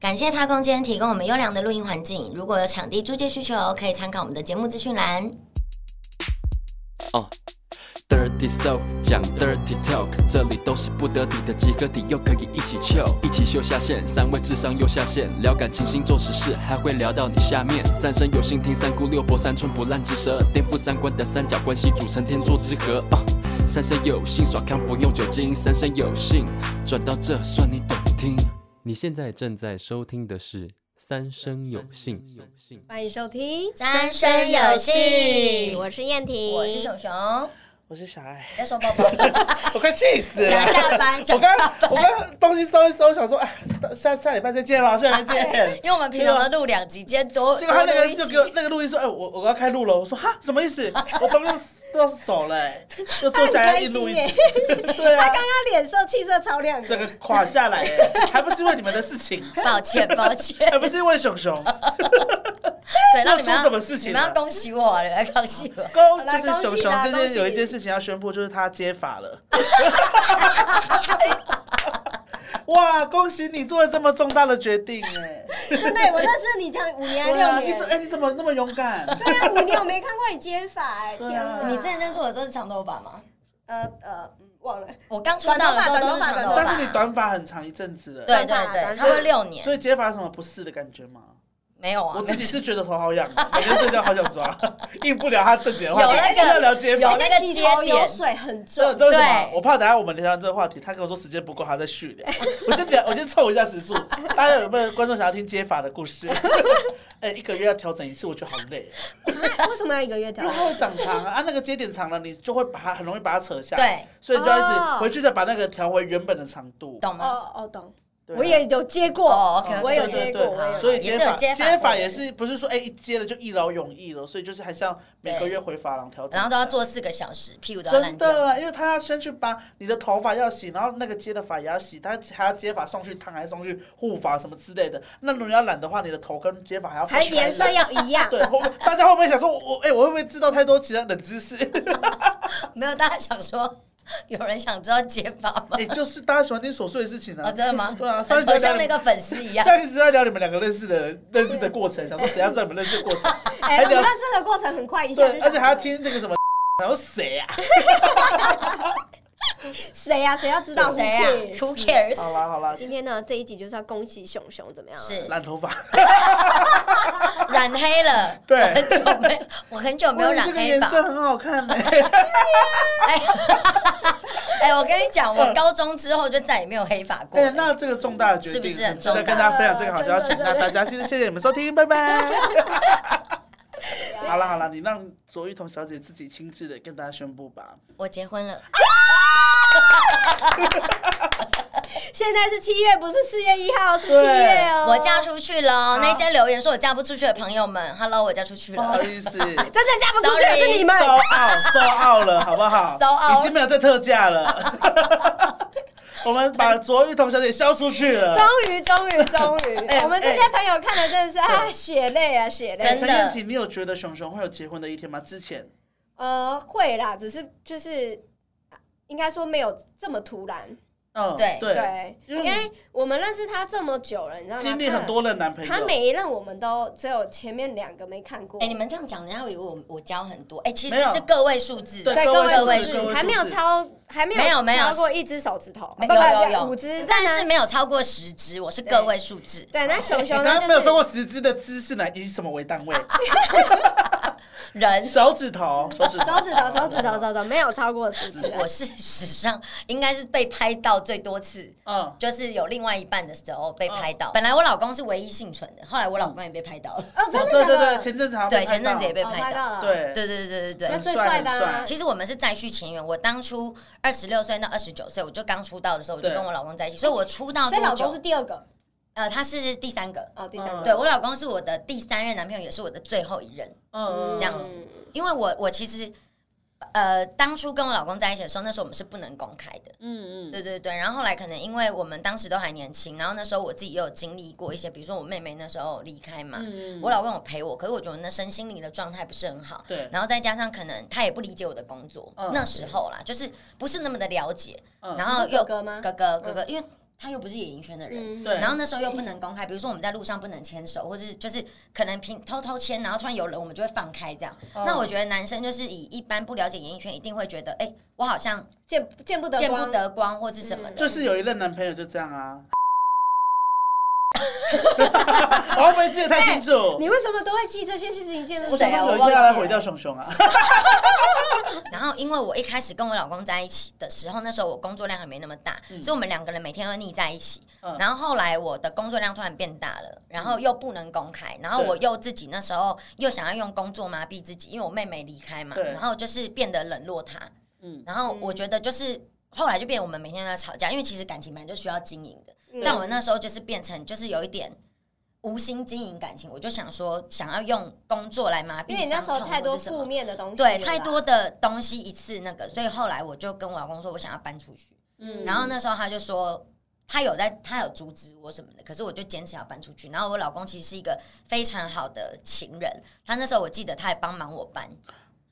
感谢他空间提供我们优良的录音环境。如果有场地租借需求，可以参考我们的节目资讯栏。哦、Dirty Soul 讲 Dirty Talk，这里都是不得体的集合体，又可以一起 chill，一起秀下限，三位智商又下线，聊感情、星座、时事，还会聊到你下面。三生有幸听三姑六婆，三寸不烂之舌，颠覆三观的三角关系，组成天作之合。哦、三生有幸耍康不用酒精，三生有幸转到这算你懂听。你现在正在收听的是《三生有幸》。欢迎收听《三生有幸我是燕婷，我是 熊熊，我是小爱，你在说抱抱， 我快气死了！想下班，我想刚下我班。刚东西收一收，想说哎，下下礼拜再见了，下礼拜见。因为我们平常都录两集，今天 多结果他多那录个一就集给我那个录音说，哎，我我要开录了。我说哈，什么意思？我刚刚都要走了，哎又坐下来一录一他很开集心， 对啊他刚，刚脸色气色超亮整的，个垮下来，哎还不是因为你们的事情，抱歉，抱歉，还不是因为熊熊，对，那你们那要出什么事情你啊们要恭喜我，你们要恭喜 我。恭好啦就是熊恭喜熊啦这恭件喜有一件事情要宣布，就是他接法了。哇，恭喜你做了这么重大的决定哎！真的，我认识你才五年对啊，六你年怎，哎你怎么那么勇 敢？对啊，五年我没看过你接发，哎天对啊哪！你之前认识我的时候是长头发吗？呃呃嗯忘了，我刚出道的时候都是长头短头发，发但是你短发很长一阵子了，对对短发对，短发差不多六年，所以接发有什么不适的感觉吗？没有啊，我自己是觉得头好痒，啊每天睡觉好想抓， 应不了他正经的话有题，那个一定要聊接有发那。个而且洗头接点油水很这重，这为什么？对我怕等下我们聊到这个话题，他跟我说时间不够，他在续聊。我先聊，我先凑一下时速。大家有没有观众想要听接发的故事？ 哎、一个月要调整一次，我觉得好累，啊为什么要一个月调因为？它会长长啊。啊，那个接点长了，你就会把它很容易把它扯下。，对，所以你就要一直哦回去再把那个调回原本的长度。懂吗？哦哦懂，对啊我也有接哦过，OK，OK，，我也有对对接过，对啊我也有所以也接是有法接法接过法的也是不是说哎、一接了就一劳永逸了，所以就是还是要每个对月回发廊调整一下，然后都要做四个小时，屁股都要烂真掉。的，因为他要先去把你的头发要洗，然后那个接的发也要洗，他还要接发送去烫，还送去护发什么之类的。那如果你要染的话，你的头跟接发还要分还开颜色染。要一样，对，会不会大家会不会想说我，我哎、我会不会知道太多其他冷知识？没有，大家想说，有人想知道解法吗 哎、？就是大家喜欢听琐碎的事情 哦，啊。真的吗？对啊上一集我像聊那个粉丝一样。上一集在聊你们两个认识的人认识的过程，想说谁要知道你们认识的过程？哎，还我们聊认识的过程很快，一下就对，而且还要想听那个什么，然后谁啊？谁呀？谁要知道谁啊 Who ？Who cares？嗯好 cares？啦好啦，今天呢，这一集就是要恭喜熊熊怎么样？是染头发，染黑了，对我很久没，我很久没有染哇这个黑颜发。色很好看呢、哎，我跟你讲，我高中之后就再也没有黑发过哎、了。那这个重大的决定，是不是很值得重跟大大家分享这个好消息？真的那大家谢谢谢谢你们收听，拜拜。好了好了，你让卓玉彤小姐自己亲自的跟大家宣布吧。我结婚了，现在是七月，不是四月一号，是七月哦。我嫁出去了。那些留言说我嫁不出去的朋友们，Hello，我嫁出去不好了。意思，真正嫁不出去的是你们收。澳收澳了，好不好？收 out 已经没有在特价了。 我们把卓玉彤小姐消出去了。终于，终于，终于，哎我们这些朋友看了真的是啊，血泪啊，血真泪。的陈燕婷，你有觉得熊熊会有结婚的一天吗？之前呃，会啦，只是就是应该说没有这么突然，嗯，对对，对，因因为你为我们认识他这么久了，你知道吗？经历很多任男朋友，他，他每一任我们都只有前面两个没看过。哎，你们这样讲，人家以为我我教很多。哎，其没实有是个位数字的。对对各各位位数字数字还没有超，还没没有有没有超过一只手指头，没不有不有有五只，但是呢没有超过十只，我是个位数字。对那熊熊你呢哎刚刚没有就是说过十支的知识呢，以什么为单位？啊人，手指头，手指头，手指头，手指头，手指头没有超过十指。我是史上应该是被拍到最多次，嗯，就是有另外一半的时候被嗯拍到。本来我老公是唯一幸存的，后来我老公也被拍到了，哦，真的假对的？对对，前阵子好像对，被拍前到阵子也被哦拍到。了。对对对对对对那很最帅帅很的帅啊，其实我们是再续前缘。我当初二十六岁到二十九岁，我就刚出道的时候，我就对跟我老公在一起，所以我出道所以老多公是久？第二个呃，他是第三个。哦，第三个。对我老公是我的第三任男朋友，也是我的最后一任，嗯这样子。因为我我其实。呃，当初跟我老公在一起的时候，那时候我们是不能公开的，嗯嗯，对对对。然后后来可能因为我们当时都还年轻，然后那时候我自己也有经历过一些，比如说我妹妹那时候离开嘛，嗯我老公有陪我，可是我觉得那身心灵的状态不是很好，嗯对，然后再加上可能他也不理解我的工作，嗯那时候啦，就是不是那么的了解，嗯然然后后又哥哥吗？哥哥哥哥，因为他又不是野营圈的人。嗯，对然后那时候又不能公开，比如说我们在路上不能牵手，或者是就是可能平偷偷牵，然后突然有人我们就会放开这样。嗯那我觉得男生就是以一般不了解演艺圈，一定会觉得，哎、我好像见见不得见不光，得光或是什么嗯的。哦就是有一任男朋友就这 样啊。我会不会记得太清楚？你为什么都会记这些事情？哎见是得我谁啊想说有我一忘个记要来了毁掉熊熊啊！然后因为我一开始跟我老公在一起的时候，那时候我工作量还没那么大，嗯所以我们两个人每天都腻在一起。嗯然后后来我的工作量突然变大了，然嗯后又不能公开，然后我又自己那时候又想要用工作麻痹自己，因为我妹妹离开嘛，对然后就是变得冷落她。嗯然后我觉得就是后来就变我们每天都在吵架，因为其实感情本来就需要经营的，嗯但我那时候就是变成就是有一点。无心经营感情，我就想说，想要用工作来麻痹因为你那时候伤痛太多或是什么负面的东西，对，太，多的东西一次那个，所以后来我就跟我老公说，我想要搬出去。嗯然后那时候他就说，他有在，他有阻止我什么的，可是我就坚持要搬出去。然后我老公其实是一个非常好的情人，他那时候我记得他还帮忙我搬，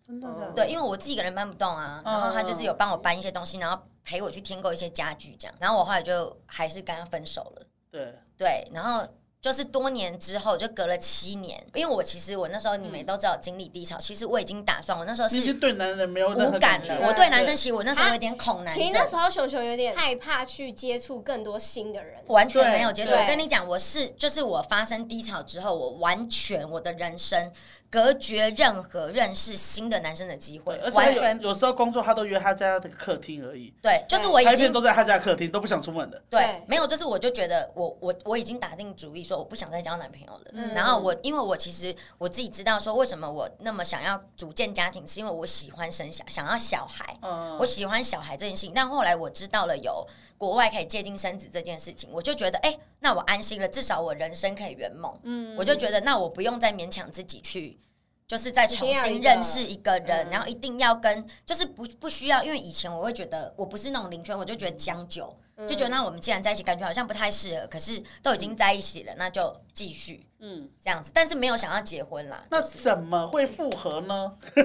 真的假的对，因为我自己一个人搬不动啊，然后他就是有帮我搬一些东西，然后陪我去添购一些家具这样。然后我后来就还是跟他分手了。对，对，然后就是多年之后，就隔了七年，因为我其实我那时候你们也都知道我经历低潮，其实我已经打算，我那时候你已是经对男人没有任无何感觉了。我对男生其实我那时候有点恐男其实症那。时候熊熊有点害怕去接触更多新的人，完全没有接触。对我跟你讲，我是就是我发生低潮之后，我完全我的人生隔绝任何认识新的男生的机会对，而，且他完有全有时候工作他都约他家的客厅而已，对，就是我已拍片经都在他家客厅，都不想出门的。对对，没有，就是我就觉得我我我已经打定主意说我不想再交男朋友了。嗯然后我因为我其实我自己知道说为什么我那么想要组建家庭，是因为我喜欢生小想要小孩。嗯我喜欢小孩这件事情，但后来我知道了有国外可以借精生子这件事情，我就觉得，哎、那我安心了，至少我人生可以圆梦。嗯我就觉得，那我不用再勉强自己去，就是再重一定要有新一个认识一个人，嗯然后一定要跟，就是不不需要，因为以前我会觉得我不是那种零圈，我就觉得将就，嗯就觉得那我们既然在一起，感觉好像不太适合，可是都已经在一起了，那就继续嗯，这样子，但是没有想要结婚啦。那怎么会复合呢？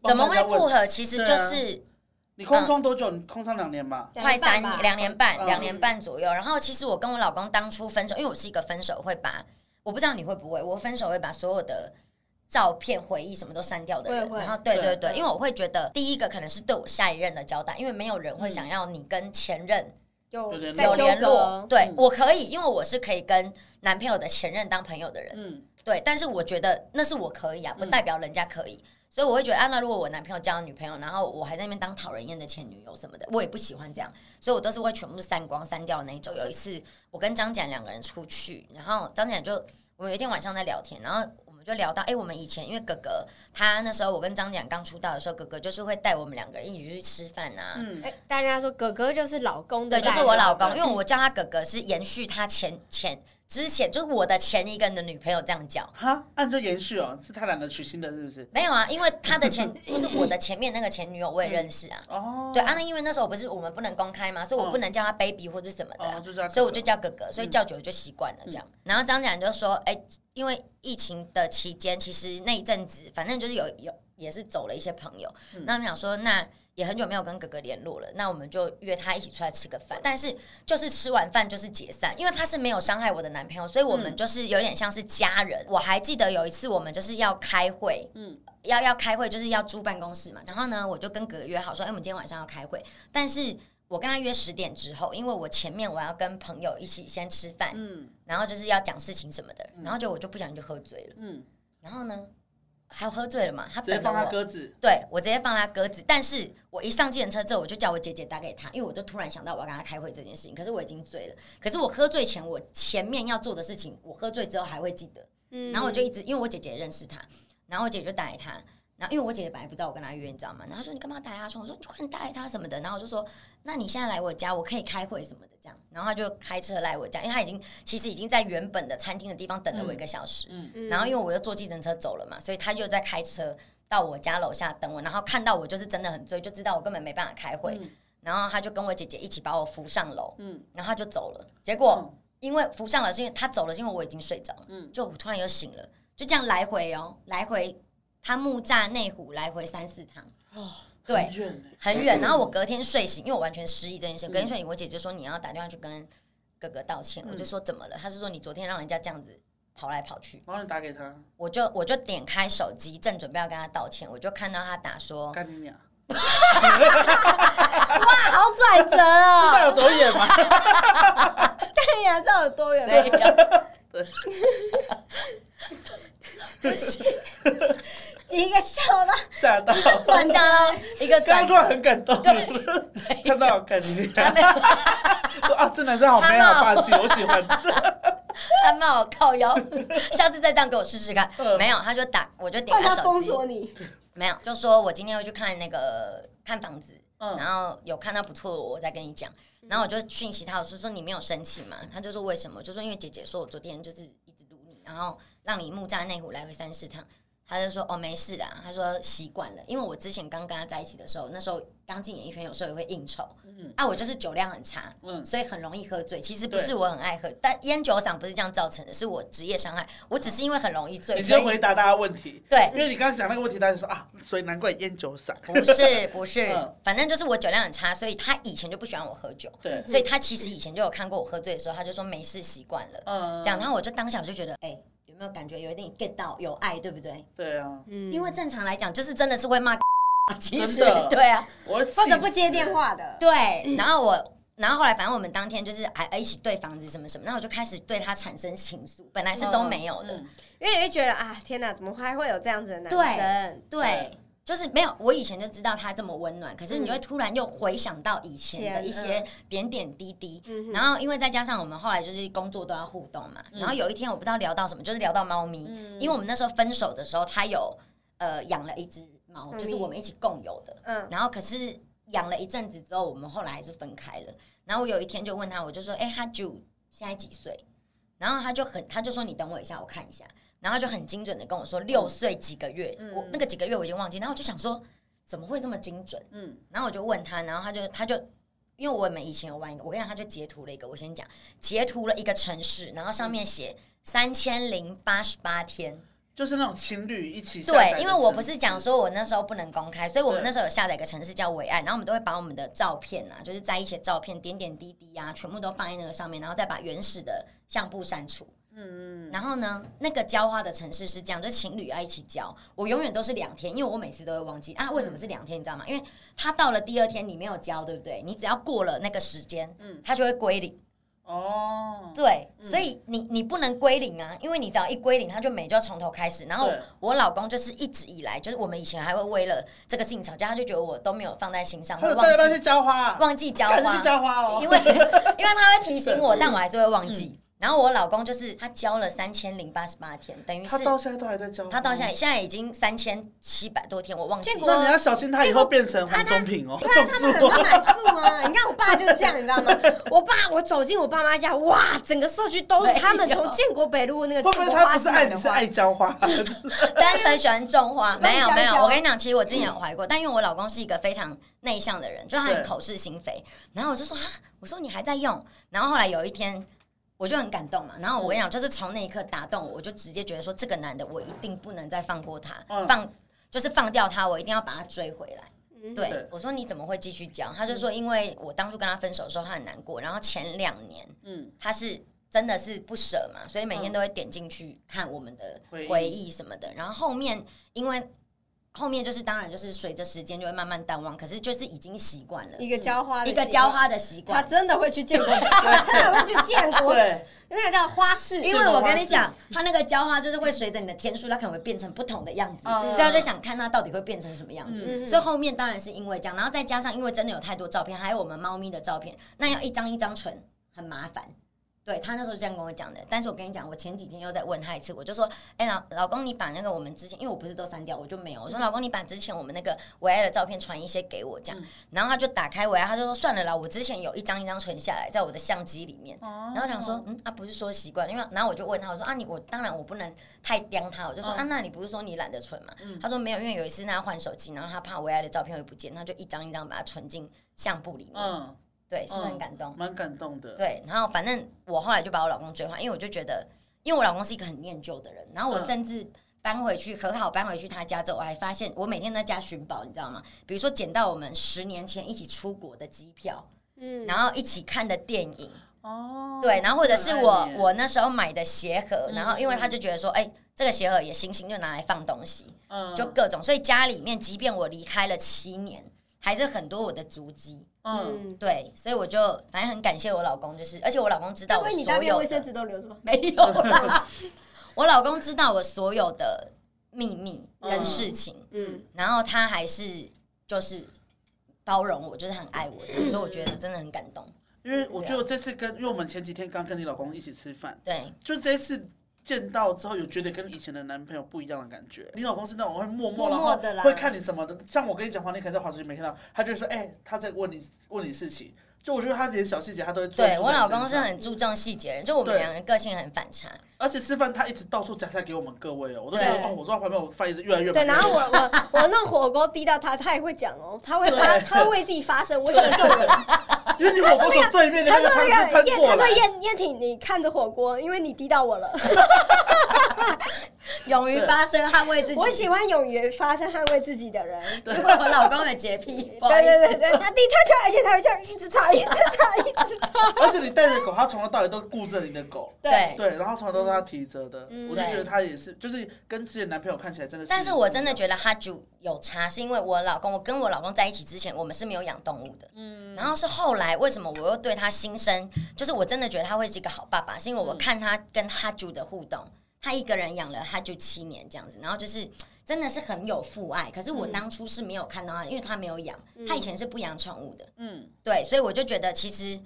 哦怎么会复合？合？其实对就啊是你空窗多久？你空窗两年吧。快三年年，两年半，嗯两年半左右。然后其实我跟我老公当初分手，因为我是一个分手会把，我不知道你会不会，我分手会把所有的。照片、回忆什么都删掉的人，我也会然后对对对对，因为我会觉得第一个可能是对我下一任的交代，因为没有人会想要你跟前任有有联在有络纠联络葛。，对嗯我可以，因为我是可以跟男朋友的前任当朋友的人，嗯，对，但是我觉得那是我可以啊，不嗯代表人家可以。所以我会觉得，啊，那如果我男朋友交了女朋友，然后我还在那边当讨人厌的前女友什么的，我也不喜欢这样，所以我都是会全部删光、删掉的那一种。有一次，我跟张简两个人出去，然后张简就我们有一天晚上在聊天，然后我们就聊到，哎、我们以前因为哥哥他那时候我跟张简刚出道的时候，哥哥就是会带我们两个人一起去吃饭啊，嗯，哎，大家说哥哥就是老公的对，代表，就是我老公，对因为我叫他哥哥是延续他前前之前就是我的前一个人的女朋友这样叫。哈，按就延续哦，是他懒得娶新的，是不是？没有啊，因为他的前不是我的前面那个前女友，我也认识啊。哦，对啊，那因为那时候我不是我们不能公开嘛，所以我不能叫他 baby 或者什么的啊、哦，就这样。所以我就叫哥哥，所以叫久了就习惯了这样。然后张展就说：“哎、因为疫情的期间，其实那一阵子，反正就是有有也是走了一些朋友。那我们想说，那也很久没有跟哥哥联络了，那我们就约他一起出来吃个饭。但是就是吃完饭就是解散，因为他是没有伤害我的男朋友，所以我们就是有点像是家人。我还记得有一次我们就是要开会，嗯嗯。”要要开会，就是要租办公室嘛。然后呢，我就跟哥哥约好说，哎、我们今天晚上要开会。但是我跟他约十点之后，因为我前面我要跟朋友一起先吃饭，嗯然后就是要讲事情什么的，然后就我就不小心就喝醉了，嗯，然后呢，还喝醉了嘛，他直接等了放他我，鸽子。对我直接放他鸽子，但是我一上计程车之后，我就叫我姐姐打给他，因为我就突然想到我要跟他开会这件事情，可是我已经醉了，可是我喝醉前我前面要做的事情，我喝醉之后还会记得，嗯然后我就一直因为我姐姐也认识他，然后我姐姐就打给他，然后因为我姐姐本来不知道我跟他约，你知道吗？然后她说你干嘛打给他说？我说你就快点打给他什么的，然后我就说那你现在来我家，我可以开会什么的这样，然后他就开车来我家，因为他已经其实已经在原本的餐厅的地方等了我一个小时，嗯，嗯然后因为我又坐计程车走了嘛，所以他就在开车到我家楼下等我，然后看到我就是真的很醉，就知道我根本没办法开会，嗯然后他就跟我姐姐一起把我扶上楼，嗯，然后他就走了，结果。因为扶上了，是因为他走了，是因为我已经睡着了，嗯就我突然又醒了，就这样来回哦，来回他木栅内湖来回三四趟，很对，远欸 嗯很远。然后我隔天睡醒，因为我完全失忆这件事，隔天睡醒，我姐就说你要打电话去跟哥哥道歉，我就说怎么了？他是说你昨天让人家这样子跑来跑去，然后你打给他，我就我就点开手机，正准备要跟他道歉，我就看到他打说干你娘！好转折 知道哦，有多远吗？ 对呀，这有多远？没有，一个笑到 吓到，突然想到一个刚转刚突然折，很感动， 看到干你 娘！说 啊，这男生好 man，他好骂霸气，我喜欢。 他骂我靠腰，下次再这样给我试试看嗯。没有，他就打，我就点 换开他手封机，锁你，没有，就说我今天要去看那个看房子，嗯然后有看到不错的，我再跟你讲。然后我就讯息他，我说说你没有生气嘛？他就说为什么？我就说因为姐姐说我昨天就是一直撸你，然后让你木栅内湖来回三四趟。他就说哦没事的，他说习惯了，因为我之前刚跟他在一起的时候，那时候刚进演艺圈，有时候也会应酬嗯啊，我就是酒量很差，嗯，所以很容易喝醉。其实不对是我很爱喝，但烟酒嗓不是这样造成的，是我职业伤害。我只是因为很容易醉，你所先以回答大家问题，对因为你刚刚讲那个问题，大家就说啊，所以难怪烟酒嗓。不 是不是嗯，反正就是我酒量很差，所以他以前就不喜欢我喝酒，对，所以他其实以前就有看过我喝醉的时候，他就说没事习惯了。嗯这样，然后我就当下我就觉得，哎、有没有感觉有一点 get 到有爱，对不对？对啊，因因为正常来讲，就是真的是会 骂，其实真的 嗯对啊，我会气死或者不接电，话的，对。然后我，然后后来反正我们当天就是还一起对房子什么什么，然后我就开始对他产生情愫，本来是都没有的，嗯，因为你会觉得啊，天哪，怎么还会有这样子的男生？对。就是没有，我以前就知道他这么温暖，可是你嗯就会突然又回想到以前的一些点点滴滴，嗯哼，然后因为再加上我们后来就是工作都要互动嘛，嗯然后有一天我不知道聊到什么，就是聊到猫咪，嗯因为我们那时候分手的时候，他有呃养了一只猫，咪就是我们一起共有的，嗯，然后可是养了一阵子之后，我们后来还是分开了。然后我有一天就问他，我就说，哎、他就现在几岁？然后他就很，他就说你等我一下，我看一下。然后他就很精准的跟我说六岁几个月，嗯我那个几个月我已经忘记。然后我就想说，怎么会这么精准？嗯，然后我就问他，然后他就他就，因为我们以前有玩一个，我跟你讲，他就截图了一个，我先讲，截图了一个城市，然后上面写三千零八十八天。就是那种情侣一起下载的对，因为我不是讲程式，说我那时候不能公开，所以我们对那时候有下载一个城市叫伟岸，然后我们都会把我们的照片啊，就是在一些照片点点滴滴啊，全部都放在那个上面，然后再把原始的相簿删除。嗯嗯然后呢，那个浇花的城市是这样，就情侣要一起浇。我永远都是两天，因为我每次都会忘记啊，为什么是两天？你知道吗？因为它到了第二天你没有浇，对不对？你只要过了那个时间，嗯它就会归零。哦，对，嗯所以你你不能归零啊，因为你只要一归零，它就每就要从头开始。然后对我老公就是一直以来，就是我们以前还会为了这个事情吵架，他就觉得我都没有放在心上，他会说大家忘不要去记浇花啊，忘记浇干花啊去，浇花哦，因为 因为他会提醒 我，对但我还是会忘记。然后我老公就是他交了三千零八十八天，等于他是到现在都还在浇花，他到现在现在已经三千七百多天，我忘记结了。果那你要小心他以后变成黄宗平哦，种他树们很会哦，买树啊！ 你看我爸就是这样，你知道吗？ 我爸我走进我爸妈家，哇，整个社区都是他们没有从建国北路那个会不建会国他花不市是买爱的你，是花爱，浇花？单纯喜欢种花，没有种没有香。蕉我跟你讲，其实我之前有怀过，但因为我老公是一个非常内向的人，就是他很对口是心非。然后我就说啊，我说你还在用。然后后来有一天，我就很感动嘛。然后我跟你讲，就是从那一刻打动我，我就直接觉得说，这个男的我一定不能再放过他，嗯放就是放掉他，我一定要把他追回来。嗯对，对我说你怎么会继续讲？他就说，因为我当初跟他分手的时候，他很难过，然后前两年嗯，他是真的是不舍嘛，所以每天都会点进去看我们的回忆回忆什么的。然后后面因为后面就是当然就是随着时间就会慢慢淡忘，可是就是已经习惯了一个浇花的一个习惯浇，花的习他惯。真的会去建国， 他真的会去建国对那个叫花市，因为我跟你讲，他那个浇花就是会随着你的天数，它可能会变成不同的样子，嗯所以我就想看它到底会变成什么样子。嗯所以后面当然是因为这样，然后再加上因为真的有太多照片，还有我们猫咪的照片，那要一张一张存很麻烦。对他那时候这样跟我讲的，但是我跟你讲，我前几天又再问他一次，我就说，哎、老老公，你把那个我们之前，因为我不是都删掉，我就没有，我说老公，你把之前我们那个维爱的照片传一些给我，嗯这样，然后他就打开维爱，他就说算了啦，我之前有一张一张存下来，在我的相机里面，哦然后我想说，嗯啊，不是说习惯，因为然后我就问他，我说啊，你我当然我不能太刁他，我就说、嗯啊，那你不是说你懒得存嘛？他说没有，因为有一次他换手机，然后他怕维爱的照片会不见，他就一张一张把它存进相簿里面，嗯，对，是不是很感动？蛮感动的，对，然后反正我后来就把我老公追回来，因为我就觉得，因为我老公是一个很念旧的人，然后我嗯甚至搬回去和好搬回去他家之后，我还发现我每天在家寻宝，你知道吗？比如说捡到我们十年前一起出国的机票，嗯然后一起看的电影，哦，对，然后或者是我可爱耶我那时候买的鞋盒，嗯然后因为他就觉得说，哎、这个鞋盒也行行，就拿来放东西，嗯就各种，所以家里面即便我离开了七年，还是很多我的足迹。嗯，嗯，对，所以我就反正很感谢我老公，就是而且我老公知道但我为所你有大便的卫生纸都留着吗？没有 啦，我老公知道我所有的秘密跟事情，嗯，然后他还是就是包容我，就是很爱我，所以我觉得真的很感动。因为我觉得我这次跟，因为我们前几天刚跟你老公一起吃饭，对，就这次见到之后，有觉得跟以前的男朋友不一样的感觉。你老公是那种会默默，默默的然啦后会看你什么的。像我跟你讲话，你可能在滑手机没看到，他就会说：“哎、他在问你问你事情。”就我觉得他连小细节他都会专对注我在你老身公是上，很注重细节的人，就我们对两个人个性很反差。而且吃饭他一直到处夹菜给我们各位哦，我都觉得对哦，我坐在旁边，我饭一直越来越满对，然后我我我弄火锅滴到他，他也会讲哦，他会发，对他会为自己发声。我对想说，因为你火锅从对面那他个说汤那汁个喷燕，过他来说，燕燕婷，你看着火锅，因为你滴到我了。 勇于发声，捍卫自己。我喜欢勇于发声捍卫自己的人。因为我老公的洁癖， 不好对意对对思，对，他滴他就，而且他会这样一直擦，一直擦，一直擦。 而且你带着狗，他从头到尾都顾着你的狗，对。对，然后从头到尾都是他提着的，嗯我就觉对得他也是，就是跟自己的男朋友看起来真的是，但是我真的觉得他就有差，是因为我老公，我跟我老公在一起之前，我们是没有养动物的。嗯，然后是后来为什么我又对他心生，就是我真的觉得他会是一个好爸爸，是因为我看他跟哈จู的互动，他一个人养了哈จู七年这样子，然后就是真的是很有父爱。可是我当初是没有看到他，因为他没有养，他以前是不养宠物的。嗯，对，所以我就觉得其实。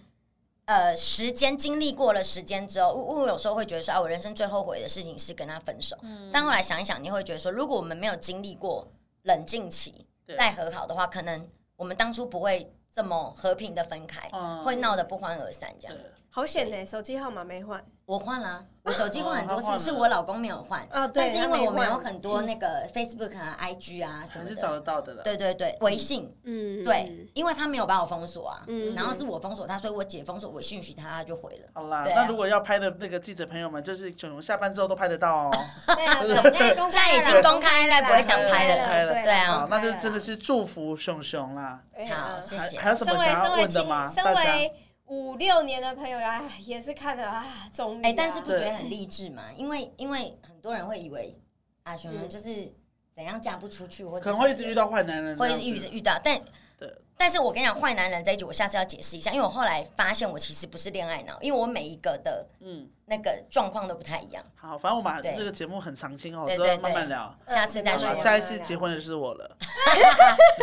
呃，时间经历过了时间之后，我我有时候会觉得说，啊，我人生最后悔的事情是跟他分手。嗯但后来想一想，你会觉得说，如果我们没有经历过冷静期对再和好的话，可能我们当初不会这么和平的分开，嗯会闹得不欢而散这样对。好险呢，手机号码没换。我换了啊、我手机换很多哦他换次，了是我老公没有换，哦，对，但是因他没为我们换嗯有很多那个 Facebook 啊、IG 啊什嗯还么是找的，得到的啦。对对对，微信。嗯，对，因为他没有把我封锁啊，嗯然后是我封锁他，所以我姐封锁我讯息他，他就回了。好啦，对啊那如果要拍的那个记者朋友们，就是九龙下班之后都拍 得到哦。对啊，总现在公现在开已了经公开，应该不会想拍公了。开了对啊好，那就真的是祝福熊熊啦。好，谢哎呃还谢。还有什身么为想身要为问的亲吗？身大家为五六年的朋友啊，哎也是看了啊，终于啊。哎、但是不觉对得很励志吗？因为因为很多人会以为啊，熊熊嗯就是怎样嫁不出去，或者可能会一直遇到坏男人，会一直遇到，但对但是我跟你讲，坏男人这一集我下次要解释一下，因为我后来发现我其实不是恋爱脑，因为我每一个的嗯。那个状况都不太一样。好，反正我们对这个节目很长青哦，对之对对后慢慢聊。下次再好说吧，慢慢聊下一次结婚的是我 了，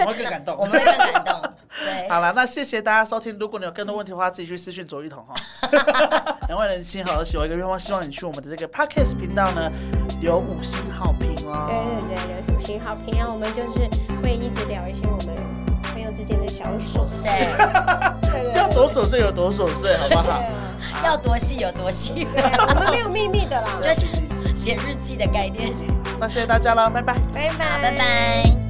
我会更感动我。 们会更感动。对，好了，那谢谢大家收听。如果你有更多问题的话，自己去私讯卓一彤哈。 两位人心好而喜欢一个愿望，希望你去我们的这个 podcast 频道呢留五星好评哦。对对对，刘属性好评啊，我们就是会一直聊一些我们朋友之间的小琐事。对，对对对要多琐碎有多琐碎，好不对好？啊，要多细有多细，对啊，我们没有秘密的啦。就是写日记的概念。那谢谢大家了，拜拜。拜好，拜拜拜。